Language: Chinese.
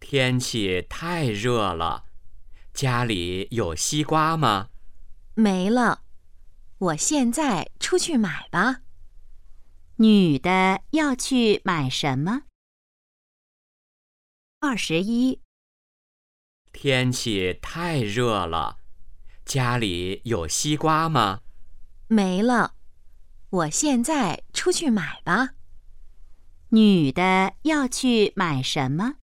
天气太热了，家里有西瓜吗？没了，我现在出去买吧。女的要去买什么？二十一，天气太热了，家里有西瓜吗？没了，我现在出去买吧。女的要去买什么？